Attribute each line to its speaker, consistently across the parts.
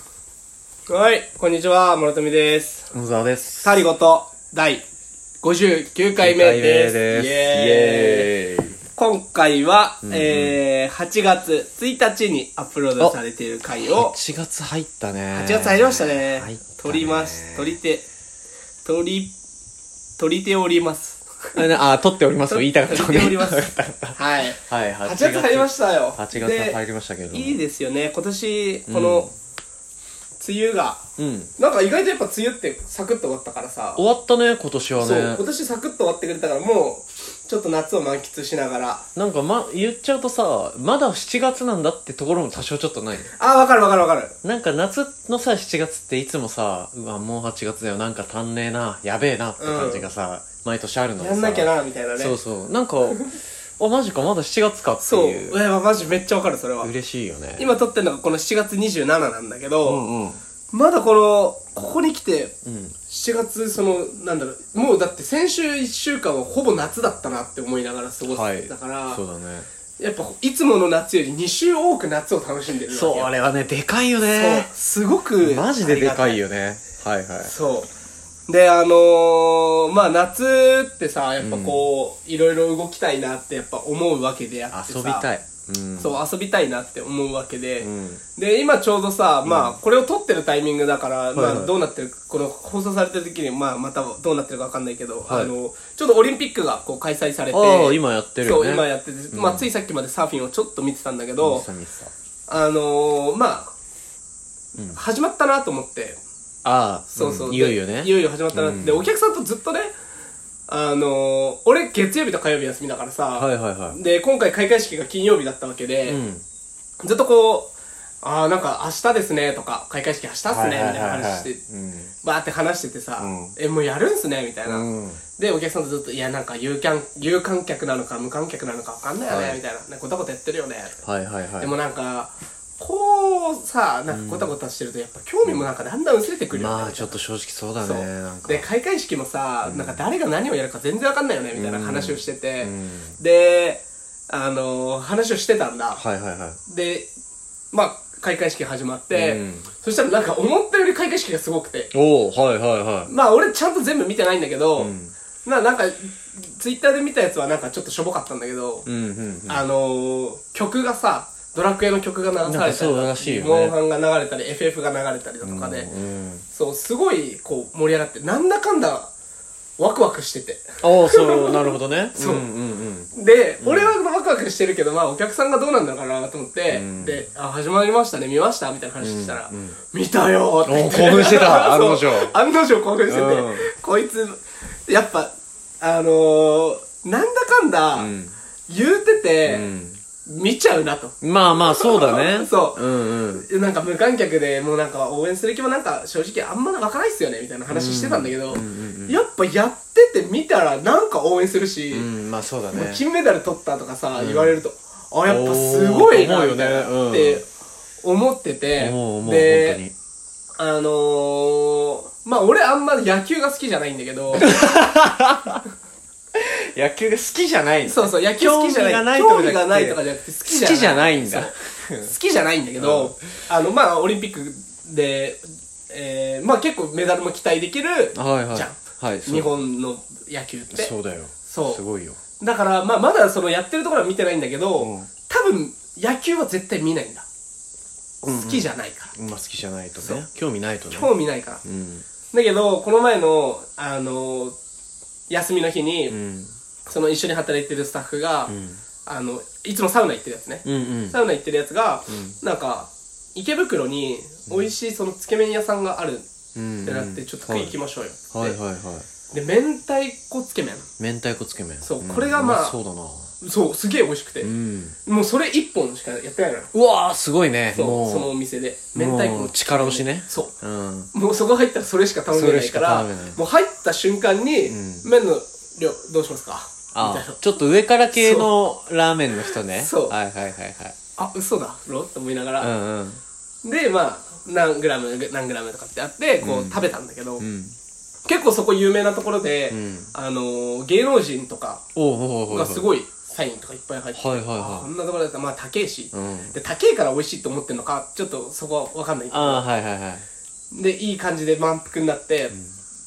Speaker 1: はい、こんにちは、諸富です。
Speaker 2: 野沢です。
Speaker 1: タリゴと第59回目です。
Speaker 2: イ
Speaker 1: イエーイ
Speaker 2: エーイ。
Speaker 1: 今回は、えー、8月1日にアップロードされている回を、
Speaker 2: 8月入ったね。
Speaker 1: 8月入りましたね
Speaker 2: 入ったね。
Speaker 1: 撮ります。撮りて、撮り、撮りております。
Speaker 2: あねあ、撮っておりますよ。言いたかったね。
Speaker 1: 撮っております
Speaker 2: 言いたかった
Speaker 1: はい。
Speaker 2: はい、
Speaker 1: 8月入りましたよ。
Speaker 2: 8月入りましたけ
Speaker 1: で
Speaker 2: ど。
Speaker 1: いい
Speaker 2: で
Speaker 1: ですよね。今年、この、梅雨が、
Speaker 2: うん。
Speaker 1: なんか意外とやっぱ梅雨ってサクッと終わったからさ、
Speaker 2: 終わったね、今年は
Speaker 1: そう
Speaker 2: ね
Speaker 1: 今。年サクッと終わってくれたからもうちょっと夏を満喫しながら
Speaker 2: なんかま、言っちゃうとさ、まだ7月なんだってところも多少ちょっとない。
Speaker 1: ああわかるわかるわかる
Speaker 2: なんか夏のさ、7月っていつもさ、うわ、もう8月だよ。なんか足んねえな、やべえなって感じがさ、毎年あるので
Speaker 1: や
Speaker 2: さ
Speaker 1: んなきゃなみたいなね
Speaker 2: そうそう。なんか、あ、マジか、まだ7月かって
Speaker 1: そう
Speaker 2: いう。
Speaker 1: いやマジめっちゃわかるそれは
Speaker 2: 嬉しいよね。
Speaker 1: 今撮ってるのがこの7月27なんだけど、
Speaker 2: うんうん。
Speaker 1: まだこのここに来て
Speaker 2: うん。
Speaker 1: 7月そのなんだろうもうだって先週1週間はほぼ夏だったなって思いながら過ごす、
Speaker 2: はい。
Speaker 1: だから
Speaker 2: そうだね。
Speaker 1: やっぱいつもの夏より2週多く夏を楽しんでるわけ
Speaker 2: そう、あれはね、でかいよ
Speaker 1: そう
Speaker 2: ね。
Speaker 1: すごく
Speaker 2: マジででか
Speaker 1: よ
Speaker 2: いよね。はいはい。
Speaker 1: そう。で、あのー、まあ夏ってさ、やっぱこう、いろいろ動きたいなってやっぱ思うわけであってさ。
Speaker 2: 遊びたい。うん。
Speaker 1: そう、遊びたいなって思うわけで。
Speaker 2: うん。
Speaker 1: で、今ちょうどさ、まあ、これを撮ってるタイミングだから、
Speaker 2: はい
Speaker 1: まあ、どうなってる、この放送されてる時に、まあ、またどうなってるかわかんないけど、
Speaker 2: はい
Speaker 1: あの、ちょうどオリンピックがこう開催されて、
Speaker 2: ああ、今やってるよ
Speaker 1: そ
Speaker 2: ね。
Speaker 1: う、今やってて、まあ、ついさっきまでサーフィンをちょっと見てたんだけど、
Speaker 2: ミスタ
Speaker 1: あのー、まあ、
Speaker 2: うん
Speaker 1: 始まったなと思って、
Speaker 2: ああ、
Speaker 1: そうそう、
Speaker 2: ん
Speaker 1: で
Speaker 2: いよいよね。
Speaker 1: いよいよ始まったな、
Speaker 2: うん
Speaker 1: でお客さんとずっとねあのー、俺月曜日と火曜日休みだからさ、
Speaker 2: はいはいはい。
Speaker 1: で今回開会式が金曜日だったわけで、
Speaker 2: うん。
Speaker 1: ずっとこう「ああんか明日ですね」とか「開会式明日っすね」みたいな話して、バーって話しててさ「
Speaker 2: うん
Speaker 1: えもうやるんすね」みたいな、
Speaker 2: うん。うん。
Speaker 1: でお客さんとずっと「いやなんか有観有観客なのか無観客なのか分かんないよね」
Speaker 2: はい
Speaker 1: みたいな「なんかごたごたやってるよね」
Speaker 2: はいはいはい。
Speaker 1: でもなんかこうさなんかごたごたしてるとやっぱ興味もなんかだんだん薄れてくるよね、
Speaker 2: まあ、ちょっと正直そうだ
Speaker 1: そう
Speaker 2: ね。なんか。
Speaker 1: で開会式もさ、なんか誰が何をやるか全然わかんないよねみたいな話をしてて、
Speaker 2: うん
Speaker 1: であのー話をしてたんだ、
Speaker 2: はいはいはい。
Speaker 1: でまあ開会式始まって、
Speaker 2: うん
Speaker 1: そしたらなんか思ったより開会式がすごくて
Speaker 2: おおはいはいはい。
Speaker 1: まあ俺ちゃんと全部見てないんだけど、
Speaker 2: ん
Speaker 1: まあなんかツイッターで見たやつはなんかちょっとしょぼかったんだけど、
Speaker 2: うんうんうん。
Speaker 1: あのー曲がさドラクエの曲が流された
Speaker 2: なん
Speaker 1: り
Speaker 2: かそうらしいよね
Speaker 1: モンハンが流れたり FF が流れたりだとかで、
Speaker 2: うん。
Speaker 1: そう、すごい、こう、盛り上がって、なんだかんだ、ワクワクしてて。
Speaker 2: ああ、そう、なるほどね。
Speaker 1: そうん
Speaker 2: うんうん。
Speaker 1: で、俺はワクワクしてるけど、まあ、お客さんがどうなんだろうかなと思って、で、あ、始まりましたね、見ましたみたいな話したら、見たよーって言って。
Speaker 2: お興奮して た
Speaker 1: そう
Speaker 2: 案の定
Speaker 1: 案の定興奮してて、
Speaker 2: うん
Speaker 1: こいつ、やっぱ、あのー、なんだかんだ、
Speaker 2: ん
Speaker 1: 言うてて、見ちゃうなと。
Speaker 2: まあまあ、そうだね。
Speaker 1: そう
Speaker 2: うんうん。
Speaker 1: なんか無観客でもうなんか応援する気もなんか正直あんま湧かないっすよねみたいな話してたんだけど、やっぱやってて見たらなんか応援するし、
Speaker 2: うん、まあそうだ
Speaker 1: まあ
Speaker 2: ね。
Speaker 1: 金メダル取ったとかさ、言われるとあやっぱすごいな
Speaker 2: おー
Speaker 1: みたいな
Speaker 2: 思うよねうん
Speaker 1: って思ってて、
Speaker 2: 思う思う、本当
Speaker 1: で
Speaker 2: に。
Speaker 1: あのー、まあ俺あんま野球が好きじゃないんだけど
Speaker 2: 野球が好きじゃない
Speaker 1: そうそう野球好きじゃない
Speaker 2: 興
Speaker 1: 興味
Speaker 2: 味
Speaker 1: がな
Speaker 2: がないい
Speaker 1: と
Speaker 2: と
Speaker 1: かじゃ
Speaker 2: かじゃ
Speaker 1: なくて好き
Speaker 2: 好きじゃないんだ
Speaker 1: そう好きじゃないんだけど、あのまあオリンピックで、えー、まあ結構メダルも期待できる
Speaker 2: はいはい
Speaker 1: じゃん
Speaker 2: はいそう
Speaker 1: 日本の野球って
Speaker 2: そうだよ
Speaker 1: そう
Speaker 2: すごいよ
Speaker 1: だから、まあ、まだそのやってるところは見てないんだけど、
Speaker 2: うん
Speaker 1: 多分野球は絶対見ないんだ好きじゃないから、
Speaker 2: まあ好きじゃないと
Speaker 1: そ
Speaker 2: ね
Speaker 1: う
Speaker 2: 興味ないとね
Speaker 1: 興味ないから、
Speaker 2: うん
Speaker 1: だけどこの前のあの休みの日に、
Speaker 2: うん
Speaker 1: その一緒に働いてるスタッフが、
Speaker 2: ん
Speaker 1: あのいつもサウナ行ってるやつね、
Speaker 2: うんうん
Speaker 1: サウナ行ってるやつが、なんか池袋に美味しいそのつけ麺屋さんがあるっ
Speaker 2: うん
Speaker 1: てなって、ちょっと食い行きましょうよっつって、
Speaker 2: はいはいはいはい
Speaker 1: で明太子つけ麺
Speaker 2: 明太子つけ麺
Speaker 1: そうんこれがまあ
Speaker 2: うまそうだな
Speaker 1: そうすげえ美味しくて、
Speaker 2: うん
Speaker 1: もうそれ一本しかやってないのよ
Speaker 2: うわーすごいね
Speaker 1: そうその
Speaker 2: も
Speaker 1: お
Speaker 2: う
Speaker 1: 店で明太子
Speaker 2: も
Speaker 1: の
Speaker 2: う力押しね
Speaker 1: そう
Speaker 2: うん
Speaker 1: うもうそこ入ったらそれしか頼んでないから
Speaker 2: それしか頼めない
Speaker 1: もう入った瞬間に、麺の量どうしますかみた
Speaker 2: あ
Speaker 1: いな
Speaker 2: ちょっと上から系のラーメンの人ね
Speaker 1: そう
Speaker 2: はいはいはい
Speaker 1: あ嘘だろって思いなが
Speaker 2: はい
Speaker 1: ら、
Speaker 2: うんうん
Speaker 1: でまあ何グラム何グラムとかってあってこう、食べたんだけど、
Speaker 2: うん
Speaker 1: 結構そこ有名なところで、
Speaker 2: ん
Speaker 1: あのー芸能人とか
Speaker 2: おうおうおうお
Speaker 1: がす
Speaker 2: い
Speaker 1: ごいサインとかいっぱい入ってて、
Speaker 2: はいはいはい
Speaker 1: あこんなところだったらまあ高えし、
Speaker 2: うん
Speaker 1: で高えから美味しいと思ってるのかちょっとそこは分かんないけど
Speaker 2: ああはいはいはい
Speaker 1: でいい感じで満腹になって、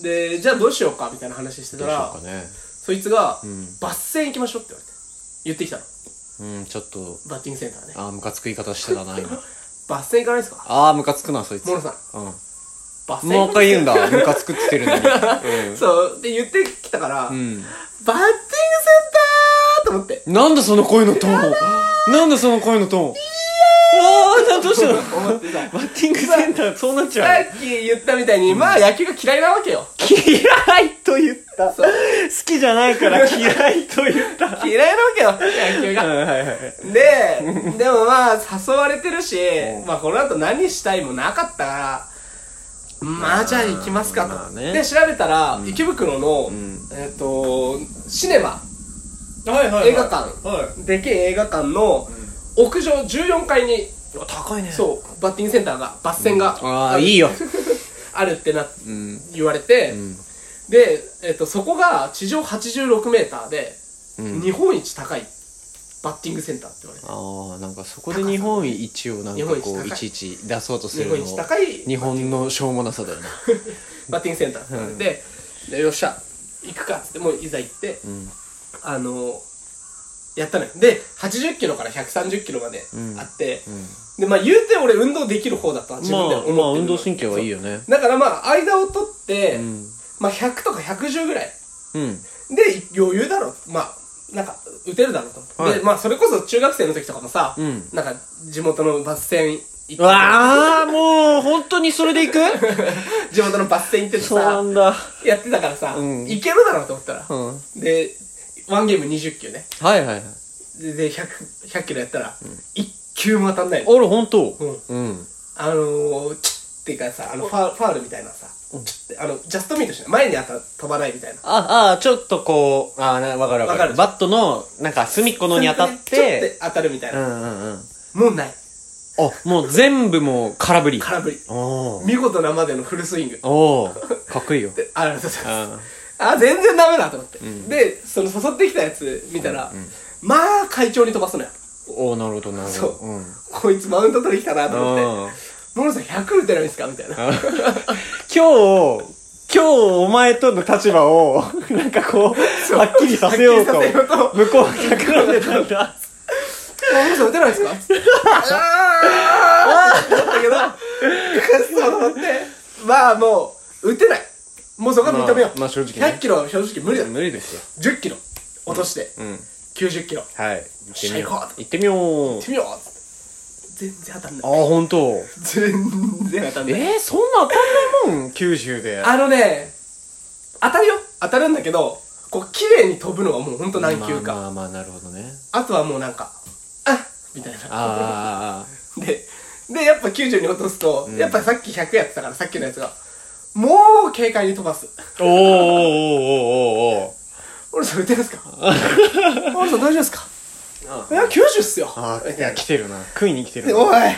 Speaker 1: でじゃあどうしようかみたいな話してた
Speaker 2: どうし
Speaker 1: ら
Speaker 2: ようかね
Speaker 1: そいつが、
Speaker 2: ん
Speaker 1: バッセン行きましょうって言われて言ってきたの
Speaker 2: うんちょっと
Speaker 1: バッティングセンターね
Speaker 2: あームカつく言い方してたな今
Speaker 1: バッセン行かないですか
Speaker 2: あームカつくなそいつ
Speaker 1: モロさ
Speaker 2: うん
Speaker 1: バッセン
Speaker 2: もう一回言うん
Speaker 1: だ
Speaker 2: だ。ムカつくって言ってるのに。
Speaker 1: そうで言ってきたから、
Speaker 2: う
Speaker 1: バッティ
Speaker 2: ん。
Speaker 1: ングセンターと思って
Speaker 2: うん。なんだその声のトーンなんだその声のトーンいやーどうしたの
Speaker 1: 思ってた
Speaker 2: バッティングセンター、そうなっちゃう。
Speaker 1: さっき言ったみたいに、まあ野球が嫌いなわけよ。
Speaker 2: 嫌いと言った。好
Speaker 1: そう
Speaker 2: きじゃないから嫌いと言った。
Speaker 1: 嫌いなわけよ、 野球
Speaker 2: うん
Speaker 1: が。
Speaker 2: はいはいはい。
Speaker 1: で、でもまあ誘われてるし、まあこの後何したいもなかったから、まあじゃあ行きますか
Speaker 2: まあ
Speaker 1: と。
Speaker 2: ね
Speaker 1: で、調べたら、池袋の、えっと、シネマ、
Speaker 2: はい
Speaker 1: 映画館、
Speaker 2: は
Speaker 1: でけえ映画館の屋上14階に、
Speaker 2: い。高いね。う。
Speaker 1: そう、バッティングセンターが、バッセンが
Speaker 2: ああ、いいよ。
Speaker 1: あるってなって、
Speaker 2: うん。
Speaker 1: 言われて、で、えっとそこが地上86メーターで、
Speaker 2: うん
Speaker 1: 日本一高いバッティングセンターって言われて
Speaker 2: ああ、なんかそこで日本一をなんか
Speaker 1: 日
Speaker 2: こ
Speaker 1: 本
Speaker 2: う、
Speaker 1: 一高い
Speaker 2: いちいち出そうとす
Speaker 1: 日
Speaker 2: るの
Speaker 1: 本一高い
Speaker 2: 日本のしょうもなさだよね。
Speaker 1: バッティングセンターって言われて、でよっしゃ行くかっつってもういざ行って、あのやったのよで80キロから130キロまであって、でまあ言うて俺運動できる方だとは自
Speaker 2: まあ
Speaker 1: 分では思っ、てる
Speaker 2: ま
Speaker 1: の
Speaker 2: あ運動神経はいいよね。
Speaker 1: だからまあ間を取って、
Speaker 2: ん
Speaker 1: まあ100とか110ぐらい
Speaker 2: うん。
Speaker 1: で余裕だろまあなんか打てるだろうと思って、
Speaker 2: はい
Speaker 1: でまあそれこそ中学生の時とかもさ、
Speaker 2: ん
Speaker 1: なんか地元のバス戦行って
Speaker 2: うわあもう本当にそれでいく
Speaker 1: 地元のバス戦行ってて
Speaker 2: そうな
Speaker 1: さ
Speaker 2: んだ
Speaker 1: やってたからさ、
Speaker 2: うん
Speaker 1: いけるだろうと思ったら、
Speaker 2: うん
Speaker 1: でワンゲーム20球ね
Speaker 2: はいはいはい
Speaker 1: でで 100, 100キロやったら、一1球も当たんないの
Speaker 2: 俺本当
Speaker 1: う
Speaker 2: うん、
Speaker 1: あのー、チッっていうかさあのファウルファウルみたいなさ、チッってあのジャストミートしない前に当た飛ばないみたいな
Speaker 2: ああちょっとこうああ分かる分かる
Speaker 1: わかる
Speaker 2: バットのなんか隅っこのに当たっ
Speaker 1: ちょってと当たるみたいうな、
Speaker 2: んうんうんあ
Speaker 1: もうない
Speaker 2: もう全部もう空振り
Speaker 1: 空振り
Speaker 2: おー
Speaker 1: 見事なまでのフルスイング
Speaker 2: おーかっこいいよ
Speaker 1: でありがとうございます
Speaker 2: あ
Speaker 1: あ全然ダメだと思って、でその誘ってきたやつ見たら、まあ会長に飛ばすのよ
Speaker 2: おおなるほどなるほ
Speaker 1: そ
Speaker 2: ど
Speaker 1: う、
Speaker 2: うん
Speaker 1: こいつマウント取りきたなと思っ
Speaker 2: あ
Speaker 1: て「モロさん100打てないんですか?」みたいな
Speaker 2: 今日今日お前との立場 をなんかこうはっきりさせよう
Speaker 1: は
Speaker 2: と
Speaker 1: っきりさせようと
Speaker 2: 向こうが企んでた んだ
Speaker 1: 「モロさん打てないんですか?」つって「あーあ!」って思ったけどくっそと思ってまあもう打てないもうそこは認めよう、
Speaker 2: まあまあ正直ね
Speaker 1: 100キロは正直無理だ
Speaker 2: 無理ですよ
Speaker 1: 10キロ落として、90キロ行っ
Speaker 2: はい行ってみよう
Speaker 1: 最高
Speaker 2: 行ってみよう
Speaker 1: てみようっつって全然当たん
Speaker 2: あ
Speaker 1: ない
Speaker 2: 本当。
Speaker 1: 全然当たんない
Speaker 2: えー、そんな当たんないもん90で
Speaker 1: あのね、当たるよ当たるんだけど、こう、綺麗に飛ぶのはもうほんと何球か。
Speaker 2: まあまあまあなるほどね
Speaker 1: あとはもうなんか、あみたいな。
Speaker 2: あー
Speaker 1: で、で、やっぱ90に落とすと、やっぱさっき100やってたから、さっきのやつが、もう軽快に飛ばす。
Speaker 2: あーあーおーおーおーおーおー
Speaker 1: 俺さん打て ますか俺さん大丈夫ですかいや、90っすよ。
Speaker 2: あー
Speaker 1: み
Speaker 2: い
Speaker 1: た
Speaker 2: や
Speaker 1: いな
Speaker 2: 来てるな食いに来て
Speaker 1: で
Speaker 2: る
Speaker 1: おい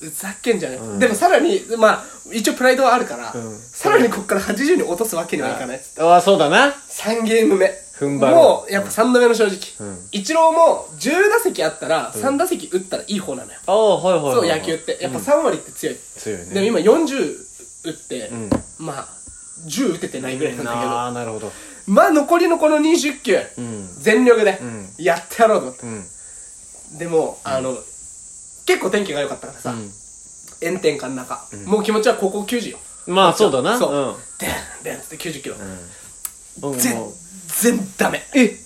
Speaker 1: ふざけんじゃねえ、でもさらに、まあ、一応プライドはあるから、
Speaker 2: ん
Speaker 1: さらにこっから80に落とすわけにはいかない。
Speaker 2: ああそうだな
Speaker 1: 3ゲーム目
Speaker 2: 踏ん張ろう
Speaker 1: もうやっぱ3度目の正直、イチローも10打席あったら3打席打ったらいい方なのよ、
Speaker 2: ああはいはい
Speaker 1: そ
Speaker 2: は
Speaker 1: う
Speaker 2: いは
Speaker 1: 野
Speaker 2: い
Speaker 1: 球ってやっぱ3割って強い、
Speaker 2: 強いね
Speaker 1: でも今40打って、まあ10打ててないぐらいなんだけど、
Speaker 2: ああなるほど
Speaker 1: まあ残りのこの20球、全力でやってやろうと思って、
Speaker 2: ん
Speaker 1: でもあの、結構天気が良かったからさ、炎天下の中、もう気持ちは高校90よ
Speaker 2: まあそうだな
Speaker 1: そう、
Speaker 2: うん
Speaker 1: でんでんって90キロ、
Speaker 2: うん
Speaker 1: 全
Speaker 2: もう
Speaker 1: 然ダメ え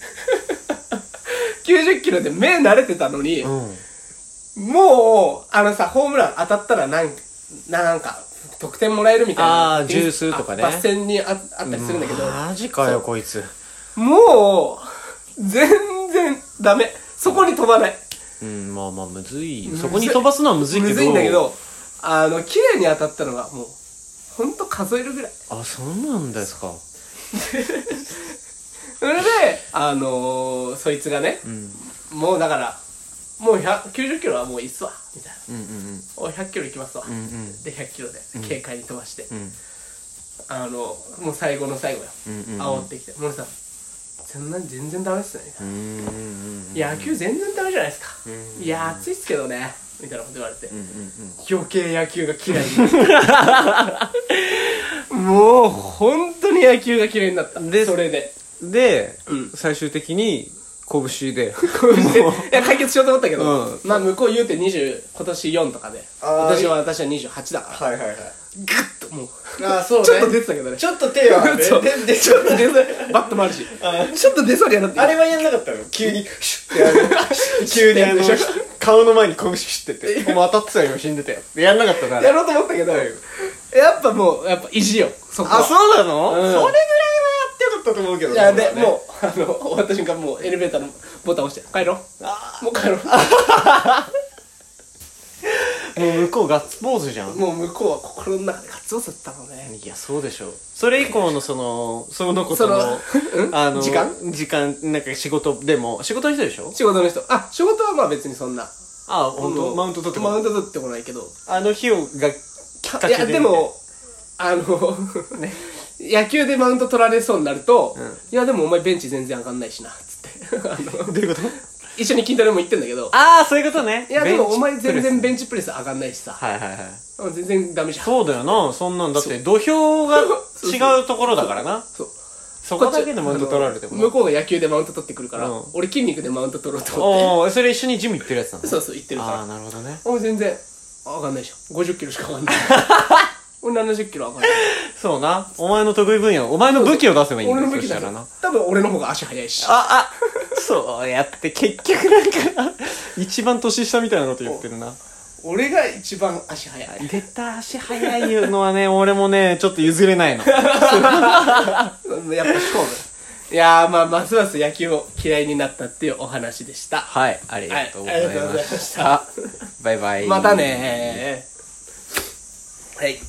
Speaker 1: 90キロで目慣れてたのに、
Speaker 2: ん
Speaker 1: もうあのさホームラン当たったらなんなんか得点もらえるみたいな
Speaker 2: あージュースとかね
Speaker 1: あバッセンにああったりするんだけど、
Speaker 2: マジかよこいつ
Speaker 1: もう全然ダメそこに飛ばない
Speaker 2: うんまあまあむずいそこに飛ばすのはむずいけ
Speaker 1: む
Speaker 2: ど
Speaker 1: ずいんだけどあの綺麗に当たったのがもうほんと数えるぐらい
Speaker 2: あそうなんですか
Speaker 1: それで、あのー、そいつがね、もうだから、もう100 90キロはもういいっすわ、みたいな。
Speaker 2: うんうんうん
Speaker 1: おい100キロいきますわ。
Speaker 2: うんうん
Speaker 1: で、100キロで軽快に飛ばして、
Speaker 2: ん
Speaker 1: あの、もう最後の最後よ。
Speaker 2: んうんうん
Speaker 1: 煽ってきて、森さん、そんなん全然ダメっすね、みたいな
Speaker 2: うーん
Speaker 1: 野球全然ダメじゃないですか。いや、暑いっすけどね。みたいなこと言われて、
Speaker 2: うんうん
Speaker 1: 余計野球が嫌いにな ったもう本当に野球が嫌いになった
Speaker 2: で
Speaker 1: それで
Speaker 2: うんで、
Speaker 1: うん
Speaker 2: 最終的に拳で
Speaker 1: いや解決しようと思ったけど、
Speaker 2: うん
Speaker 1: まあ向こう言うて20今年4とかで
Speaker 3: あー
Speaker 1: 私は私は28だから
Speaker 3: はいはいはい
Speaker 1: グッともう
Speaker 3: ああそうね
Speaker 1: ちょっと出てたけどね
Speaker 3: ちょっと手はね
Speaker 1: そう
Speaker 3: 出て
Speaker 1: ちょっと出そうバットもあるしちょっと出そうにはなって
Speaker 3: あれはやんなかったの急にシュッてやる急にあの
Speaker 1: シュッ
Speaker 3: 顔の前に拳シュッてやって「お前当たってたよ今死んでたよ」やんなかったなあれ
Speaker 1: やろうと思ったけどやっぱもうやっぱ意地よそこは
Speaker 3: あそうなの、
Speaker 1: うん
Speaker 3: それぐらいはやってよかったと思うけど
Speaker 1: いやで
Speaker 3: 俺はね
Speaker 1: もうあの終わった瞬間もうエレベーターのボタン押して帰ろうもう帰ろ
Speaker 2: もう向こうガッツポーズじゃ
Speaker 1: うんもう向こうは心の中でガッツポーズだったのね
Speaker 2: いやそうでしょうそれ以降のそのその子との
Speaker 1: そ のうん
Speaker 2: あの
Speaker 1: 時間
Speaker 2: 時間なんか仕事でも仕事の人でしょ
Speaker 1: 仕事の人あ仕事はまあ別にそんな
Speaker 2: あ本
Speaker 1: う
Speaker 2: 当
Speaker 1: ん
Speaker 2: マウント取ってこ
Speaker 1: マウン
Speaker 2: ない
Speaker 1: ト取ってこないけど
Speaker 2: あの日をがきっかけ
Speaker 1: い
Speaker 2: で
Speaker 1: やでもあのね 野球でマウント取られそうになると、いやでもお前ベンチ全然上がんないしなつって あの
Speaker 2: どういうこと
Speaker 1: 一緒に筋トレも行ってんだけど
Speaker 2: ああそういうことね
Speaker 1: いやでもお前全然
Speaker 2: ベンチ
Speaker 1: ベンチプレス上がんないしさ
Speaker 2: プレスはいはいはい
Speaker 1: うん全然ダメじゃん
Speaker 2: そうだよなそんなんだって土俵 が違うところだからな
Speaker 1: そう
Speaker 2: そこだけでマウント取られて
Speaker 1: あの向
Speaker 2: も
Speaker 1: こうが野球でマウント取ってくるから、
Speaker 2: うん
Speaker 1: 俺筋肉でマウント取ろうと思っ
Speaker 2: お おそれ一緒にジム行ってるやつな
Speaker 1: て
Speaker 2: の
Speaker 1: そうそう言ってる
Speaker 2: ああ
Speaker 1: か
Speaker 2: なるほどね
Speaker 1: らもう全然上がんないじゃん50キロしか上がん ない俺70キロ上がんない
Speaker 2: そうなお前の得意分野お前の武器を出せばいいんだ
Speaker 1: 俺
Speaker 2: よ
Speaker 1: の武
Speaker 2: そ
Speaker 1: 器
Speaker 2: した
Speaker 1: だ
Speaker 2: ら
Speaker 1: よ
Speaker 2: な
Speaker 1: 多分俺の方が足速いし
Speaker 2: ああそうやって結局なんか一番年下みたいなこと言ってるな
Speaker 1: 俺が一番足速い
Speaker 2: 絶対足速いいうのはね俺もねちょっと譲れないの
Speaker 1: やっぱ勝負いやーまあますます野球を嫌いになったっていうお話でした
Speaker 2: はいありがとうござい
Speaker 1: はいありがとうござ
Speaker 2: ま
Speaker 1: いま
Speaker 2: し、
Speaker 1: した
Speaker 2: バイバイ
Speaker 1: またねーはい